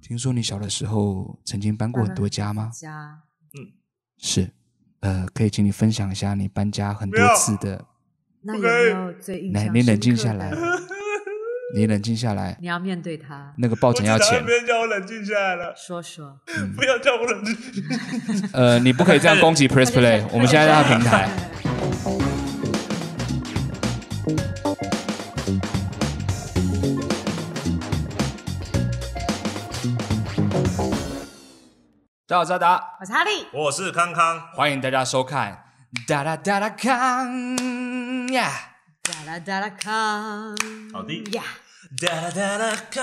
听说你小的时候曾经搬过很多家嗯吗？家是，呃，可以请你分享一下你搬家很多没有次的。那有不没可以有最印象来，你冷静深下刻的来，你冷静下来。你要面对他，那个报我警要只讨钱厌，别人叫我冷静下来了，说说。不要叫我冷静。呃，你不可以这样攻 击 Press Play，我们现在在他平台。大家好，我是阿达。我是哈利，我是康康，欢迎大家收看《哒哒哒哒康呀》。哒啦哒啦康，好的呀，哒啦哒啦康，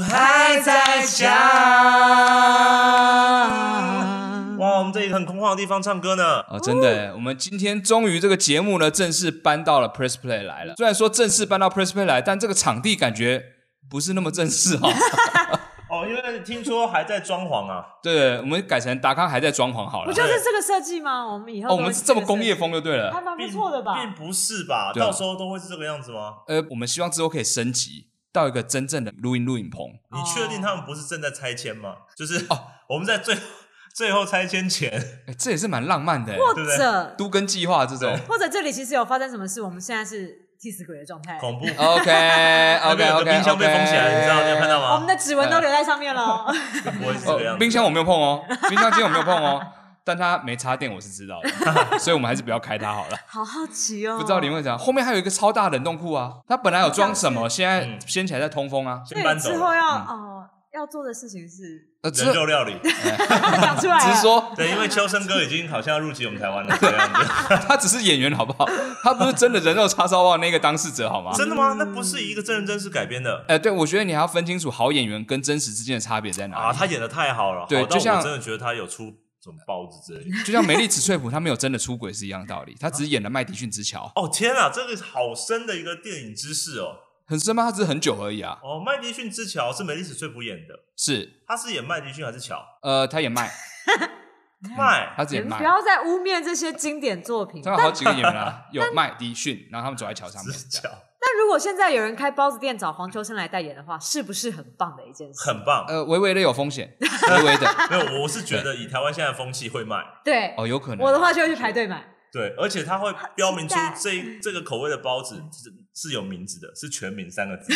还在想哇，我们这里很空旷的地方唱歌呢。哦，真的，我们今天终于这个节目呢正式搬到了 Press Play 来了。虽然说正式搬到 Press Play 来，但这个场地感觉不是那么正式 哦。哦，因为听说还在装潢 啊。对，我们改成达康还在装潢好不了。就是这个设计吗？我们以哦，后都我们会是这么个工业设计，风就对还了。蛮不并错的吧？并不是吧？对啊到时候都会是这个样子吗？呃，我们希望之后可以升级到一个真正的录音录影棚。你确定哦他们不是正在拆迁吗？就是哦，我们在最最后拆迁 前，哎，这也是蛮浪漫的，或对不对者都跟计划这种。或者这里其实有发生什么事，我们现在是替死鬼的状态，恐怖 OK 那 OK 边有 OK，个冰箱被封起来，你知道你有看到我们吗？的指纹都留在上面呃了。不会是这个样哦，子。冰箱我没有碰哦，冰箱今天我没有碰哦， 但它没插电我是知道的， 所以我们还是不要开它好了。 好好奇哦，不知道你会怎样，后面还有一个超大冷冻库啊，它本来有装什么，现在嗯掀起来在通风啊。先对搬走之了后要哦要做的事情是 呃，只人肉料理。 讲出来了， 只是说对，因为秋生哥已经好像要入籍我们台湾了，这个样子。他只是演员好不好？他不是真的人肉叉烧包啊那个当事者好吗？真的吗？那不是一个真人真事改编的呃，对，我觉得你还要分清楚好演员跟真实之间的差别在哪啊！里。他演的太好了，对好到就像我真的觉得他有出什么包子之类的。就像梅丽史翠普，他没有真的出轨是一样道理，他只是演了麦迪逊之桥，哦天啊，这个好深的一个电影知识哦！很深吗？他只是很久而已啊。哦，麦迪逊之桥是梅丽史翠普演的，是，他是演麦迪逊还是乔？呃，他演麦，嗯麦他只你演们麦不，要再污蔑这些经典作品。他有好几个演员 啊，有麦迪逊，然后他们走在桥上面之，桥但如果现在有人开包子店找黄秋生来代言的话，是不是很棒的一件事？很棒。 呃，微微的有风险，微微 的，没有，我是觉得以台湾现在的风气会卖，对，哦，有可能。我的话就会去排 队买。对，而且他会标明出期待这这个口味的包子是是有名字的，是全名三个字，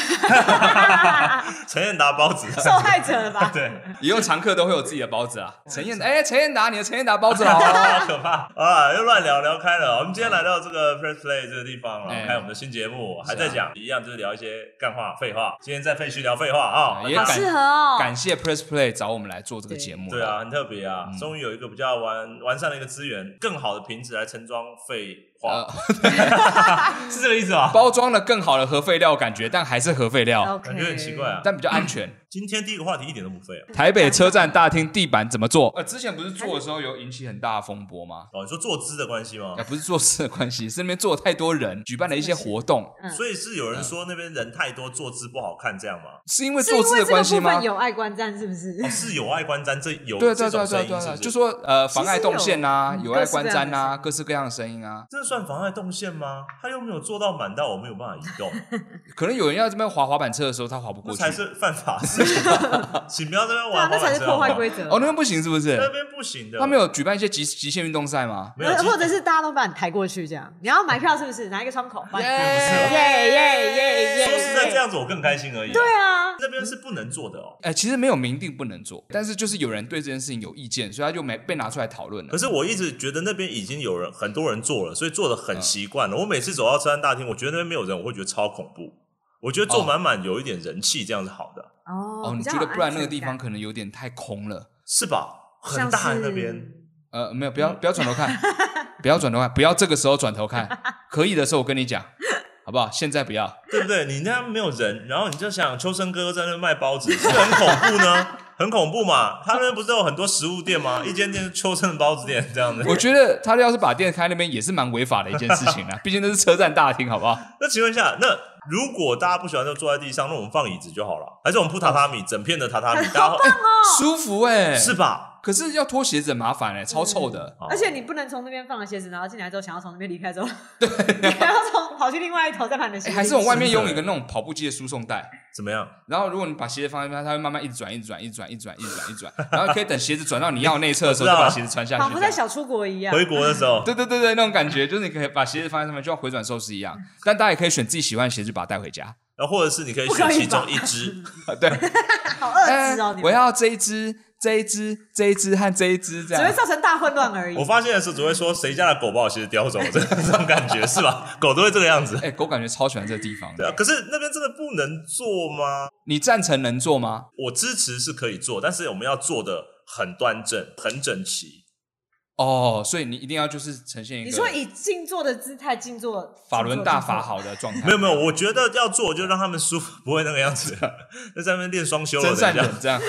陈彦达包子。受害者了吧？ 对，以后常客都会有自己的包子 啊。陈彦，哎，陈彦达，你的陈彦达包子 好哦。好可怕啊！又乱聊聊开了。我们今天来到这个 Press Play 这个地方，然哎后开我们的新节目，还是啊在讲一样，就是聊一些干话、废话。今天在废墟聊废话啊，也那好大家感适合哦。感谢 Press Play 找我们来做这个节目。对啊，，很特别嗯啊，终于有一个比较完完善的一个资源，更好的品质来盛装废话，是这个意思吧？包装了更呃好的核废料感觉，但还是核废料， OK，感觉很奇怪。啊。但比较安全。今天第一个话题一点都不废啊。台北车站大厅地板怎么做？呃，之前不是做的时候有引起很大的风波吗？哦，你说坐姿的关系吗啊，？不是做事的关系，是那边坐了太多人，举办了一些活动，嗯所以是有人说那边人太多，坐姿不好看这样吗？是因为是因做事为的这个关系部吗分？有爱观战是不 是？哦，是有碍观瞻，这有嗯对这对种对对声音是对，不是嗯就说呃其实妨碍动线呐，有有碍各式观各样瞻的呐，声音各式各样的声音啊，这算妨碍动线吗？他又没有做到满到我没有办法移动，可能有人要这边滑滑板车的时候他滑不那过去才，是犯法的事情吧。 请不要这边对啊玩，那才是破坏规则，则。哦那边不行是不那是？边不行的。他们有举办一些极极限运动赛吗？没有，呃或者是大家都把你抬过去这样，你要买票是不是？拿一个窗 口，把你是耶耶耶耶！说实在这样子，我更开心而已。对，啊，那边是不能做的哦。哎、其实没有明定不能做，但是就是有人对这件事情有意见，所以他就没被拿出来讨论了可。是我一直觉得那边已经有人很多人做了，所以做的很嗯习惯了。我每次走到车站大厅，我觉得那边没有人，我会觉得超恐怖。我觉得坐满满有一点人气，这样是好的，哦哦，你觉得不然那个地方可能有点太空了？是吧？很大那边，呃，没有，不嗯要不要转头看， 不要转头看，不要这个时候转头看，可以的时候我跟你讲，好不好？现在不要，对不对？你那边没有人，然后你就想秋生哥哥在那边卖包子，是不是很恐怖呢？ 很恐怖嘛！他那边不是有很多食物店吗？一间店是秋生的包子店这样子。 我觉得他要是把店开那边也是蛮违法的一件事情啊，毕竟那是车站大厅，好不好？那请问一下，那如果大家不喜欢就坐在地啊上，那我们放椅子就好了，还是我们铺榻榻米，整片的榻榻米，大家哦，舒服哎、是吧？可是要脱鞋子很麻烦哎、超臭的。哦而且你不能从那边放了鞋子，然后进来之后想要从那边离开之后，对，你还要从跑去另外一头再把你的鞋哎子还是往外面是的用一个那种跑步机的输送带，怎么样？然后如果你把鞋子放在那边，它会慢慢一直转，一直转，一直转，一直转，一直转，一直转，然后可以等鞋子转到你要的那一侧的时候，我就知把道鞋子穿下去。仿佛在小出国一样。回国的时候，对对对对，那种感觉就是你可以把鞋子放在上面，就像回转寿司一样。但大家也可以选自己喜欢的鞋子把它带回家。然后或者是你可以不可选以其中吧一只，啊，对，好二哎字哦，你我们要这一只、这一只、这一只和这一只这只会样。造成大混乱而已我。发现的是只会说谁家的狗把我鞋子叼走，这这种感觉是吧？狗都会这个样子。哎、狗感觉超喜欢这个地方对啊，的。可是那边真的不能做吗？你赞成能做吗？我支持是可以做，但是我们要做的很端正、很整齐。哦，所以你一定要就是呈现一你个说以静坐的姿态静坐，法轮大法法，好的状态。没有没有，我觉得要做就让他们舒服， 不会那个样子，就在那边练双修了。真等善一下忍这样。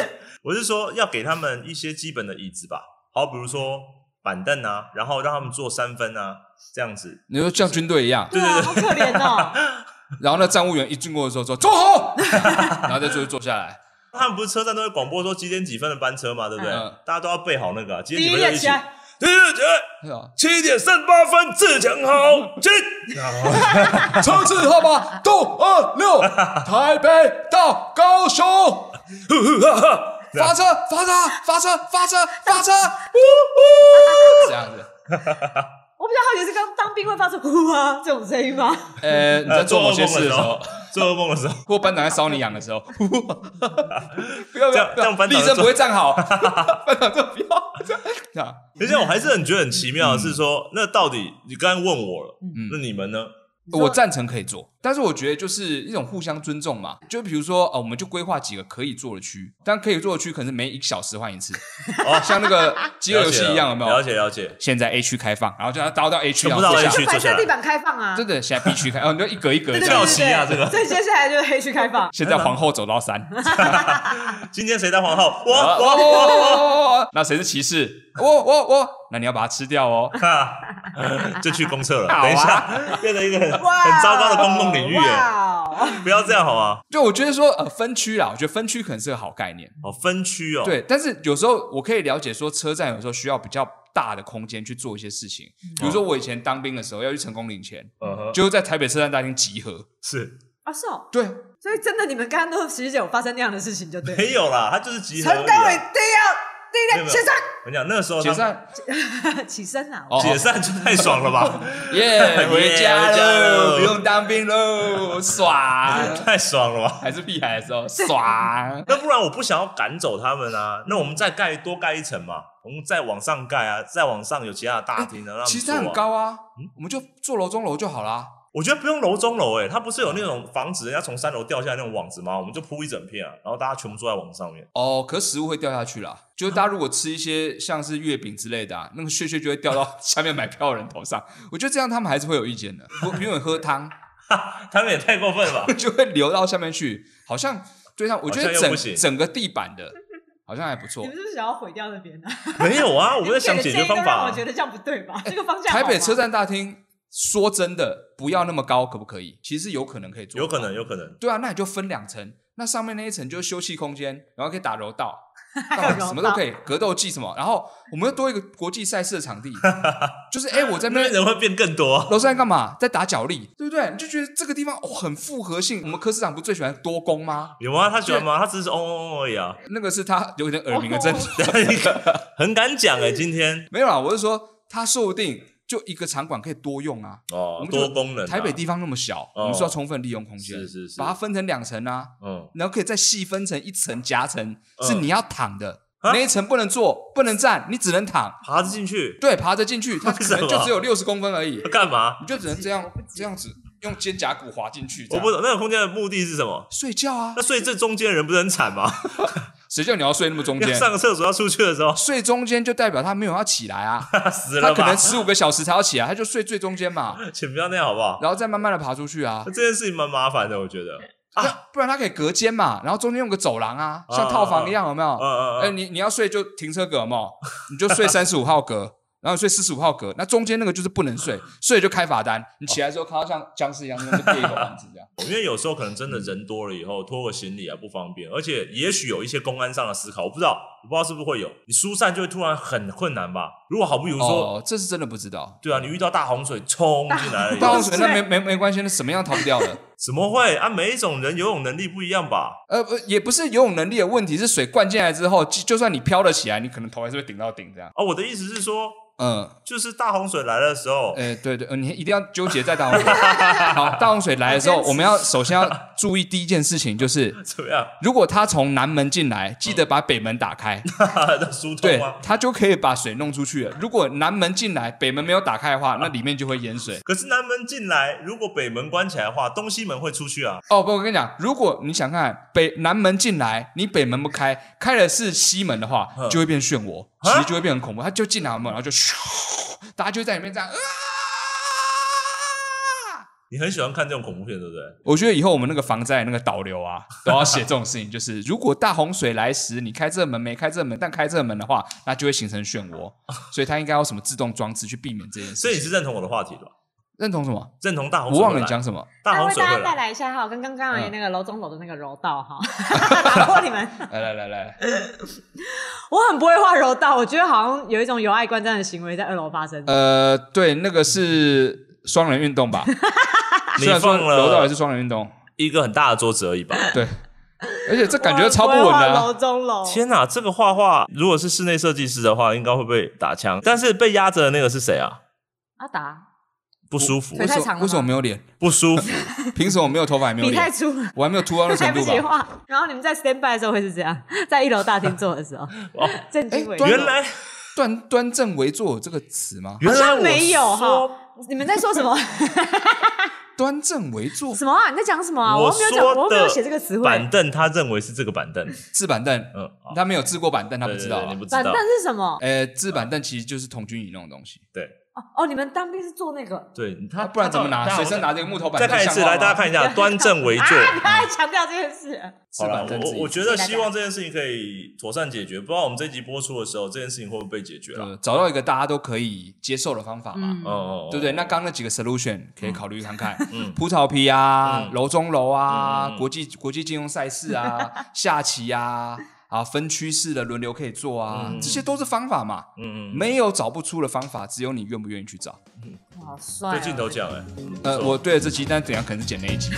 我是说要给他们一些基本的椅子吧，好，比如说板凳啊，然后让他们坐三分啊，这样子。你说像军队一样，对啊，好可怜哦。然后那站务员一经过的时候说“坐好”， 然后再就是坐下来。他们不是车站都会广播说几点几分的班车嘛，对不对？嗯大家都要备好那个、啊、几第点一几分页就一起起。来，对对对，是啊，七点三八分自强号 进。 车次号码六二六，台北到高雄，啊发车发车发车发车发车，呜呜，这样子。我比较好奇是刚当兵会发出呼啊这种声音吗？呃，你在做某些事的时候，，做噩梦的时候，或班长在搔你痒的时候，呼呼不要不 要这样，不这要样班长立就正做不会站 好，班长这不要这样。而且我还是很觉得很奇妙的是说，那到底你刚才问我了，嗯那你们呢？你说我赞成可以做，但是我觉得就是一种互相尊重嘛。就比如说，呃，我们就规划几个可以做的区，但可以做的区可能是每一个小时换一次，哦像那个饥饿游戏一样，有没了有？解了解，现在 A 区开放，然后就要倒到 A 区，全然部后到坐下。A 区就坐白下色地来。板开放啊，真的，现在 B 区开，哦，你就一格一格对这对样跳对子。棋啊对对这个所以接下来就是黑区 开放，现在皇后走到 三，今天谁当皇后？我啊我哦哦哦哦哦那谁是骑士？哦我我我，那你要把它吃掉哦。哈， 就去公厕了。好啊等一下，变成一个很哇，很糟糕的公共领域耶，哇哦，不要这样好吗？就我觉得说，呃，分区啦，我觉得分区可能是个好概念。哦，分区哦，对，但是有时候我可以了解说，车站有时候需要比较大的空间去做一些事情。比如说我以前当兵的时候要去成功领钱，嗯哼，就是在台北车站大厅集合。是啊是哦，对，所以真的你们刚刚都其实有发生那样的事情，就对了。没有啦，他就是集合而已陈啊。德伟第一没个有没有第一个我跟你讲，那个时候他解们散， 起身，起身啊！哦解散就太爽了 吧，耶，回家 回家喽，喽不用当兵喽，爽！太爽了吧。还是屁孩的时候 爽。那不然我不想要赶走他们啊，那我们再盖多盖一层嘛，我们再往上盖啊，再往上有其他的大厅啊，让他们其实坐它啊很，高啊，我们就坐楼中楼就好啦。我觉得不用楼中楼诶、欸它不是有那种防止人家从三楼掉下来那种网子吗？我们就铺一整片啊，然后大家全部坐在网上面。哦，可食物会掉下去啦，就是大家如果吃一些像是月饼之类的、啊，那个屑屑就会掉到 下面买票的人头上。我觉得这样他们还是会有意见的。我比如你喝汤，他们也太过分 了吧？就会流到下面去，好像对上，我觉得好像又不整行整个地板的，好像还不错你们。是不是想要毁掉那边 啊？没有啊，我我们在想解决方法、啊我觉得这样不对吧？这个方向好哎台吗北车站大厅，说真的，不要那么高，可不可以？其实有可能可以做，有可。能，有可能。对啊，那你就分两层，那上面那一层就是休憩空间，然后可以打柔道， 有柔道什么都可以，格斗技什么。然后我们又多一个国际赛事的场地， 就是哎、我在那那边。边人会变更多啊、楼上干嘛？在打脚力，对不对？你就觉得这个地方哦很复合性。我们科市长不最喜欢多攻吗？有吗？他喜欢吗？他只是嗡嗡嗡而已啊， 那个是他有点耳鸣的症状。哦很敢讲诶、今天 没有啦，我是说，它说不定就一个场馆可以多用啊。我哦，们就多功能、啊。台北地方那么小，我们说要充分利用空间，哦是是是把它分成两层啊，嗯，然后可以再细分成一层夹层，嗯是你要躺的，啊那一层不能坐，不能站，你只能躺，爬着进去对，爬着进去，它可为什能么就只有六十公分而已要，干嘛？你就只能这样这样子用肩胛骨滑进去，这我样不懂那个空间的目的是什么？睡觉啊那，睡这中间的人不是很惨吗？谁叫你要睡那么中 要间？上个厕所要出去的时候，睡中间就代表他没有要起来啊，他死他了可吧能？十五个小时才要起来，他就睡最中间嘛，请不要那样好不好？然后再慢慢的爬出去啊 那。这件事情蛮麻烦的，我觉 得。嗯那不然它可以隔间嘛，然后中间用个走廊啊，啊像套房一样，有没有？嗯嗯哎，嗯，你你要睡就停车格嘛，你就睡三十五号格，然后睡四十五号格，那中间那个就是不能睡，睡了就开罚单。你起来之后看到像僵尸一样，那个被一口蚊子这样。因为有时候可能真的人多了以后，拖个行李啊不方便，而且也许有一些公安上的思考，我不知道，我不知道是不是会有，你疏散就会突然很困难吧？如果好比如说，哦，这是真的不知道。对啊，你遇到大洪水冲进来了以大后，洪水那没没没关系，那什么样逃不掉的？怎么会啊？每一种人游泳能力不一样吧？呃，不，也不是游泳能力的问题，是水灌进来之后，就就算你飘了起来，你可能头还是会顶到顶这样。啊，我的意思是说，嗯，就是大洪水来的时候，哎、对对，呃你一定要纠结在大洪水。 好，大洪水来的时候，好坚持我们要首先要注意第一件事情就是，怎么样？ 如果他从南门进来，记得把北门打开，嗯的疏通对吗？他就可以把水弄出去了。如果南门进来，北门没有打开的话，那里面就会淹水。可是南门进来，如果北门关起来的话，东西门会出去啊。哦不，我跟你讲，如果你想看北南门进来，你北门不开，开的是西门的话，嗯就会变漩涡，其啊实就会变很恐怖。他就进南门，然后就咻，大家就会在里面这样啊。你很喜欢看这种恐怖片，对不对？我觉得以后我们那个防灾那个导流啊， 都要写这种事情，就是如果大洪水来时，你开这门没开这门，但开这门的话，那就会形成漩 涡，所以它应该有什么自动装置去避免这件所以事情。你是认同我的话题的吧？认同什么？认同大洪我水会来？忘了你讲什么。大那洪为水大会家带来，来一下哈，跟刚刚嗯那个楼中楼的那个柔 道哈，打破你们。来来来 来，我很不会画柔道，我觉得好像有一种由爱观战的行为在二楼发生。呃，对，那个是双人运动吧？ 你虽然说放了柔道也是双人运动，一个很大的桌子而已吧？ 对，而且这感觉超不稳的我很会啊、画楼中楼，天哪，这个画画如果是室内设计师的话，应该会被打枪。但是被压着的那个是谁啊？阿达不舒服腿为，太什么长了吗为什么没有脸？不舒服。凭什么没有头发也没有笔太脸？粗了，我还没有秃到那来程 不度及吧？画。然后你们在 stand by 的时候会是这样，在一楼大厅坐 的时候，哦，正襟危哎坐。原来端端正围坐有这个词吗？原来我没有说哈，你们在说什么？端正围坐，什么啊？你在讲什么啊？我又没有讲，说的我又没有写这个词汇。板凳，他认为是这个板凳。制板凳，嗯，好他没有治过板凳，他不对对知道对啊你。不知板道凳。是什么？呃，制板凳其实就是童军椅那种东西，对哦哦，你们当兵是坐那个对，啊他不然怎么拿？随身拿这个木头板再凳，看一次，来大家看一下， 端正为啊坐。！不要再强调这件事。制好了板，凳自我己。我觉得希望这件事情可以妥善解决。不知道我们这集播出的时候，这件事情会不会被解决了？呃找到一个大家都可以接受的方法嘛，嗯哦哦，哦对不对？那刚刚那几个 solution 可以考虑看看，嗯 葡萄皮啊，嗯楼中楼啊嗯嗯，嗯国际国际金融赛事 啊，下棋啊，啊分区式的轮流可以做啊嗯，这些都是方法嘛。嗯嗯，没有找不出的方法，只有你愿不愿意去找。好帅、哦对镜头。讲哎，嗯不呃，错我对了这集，但怎样可能是剪那一集。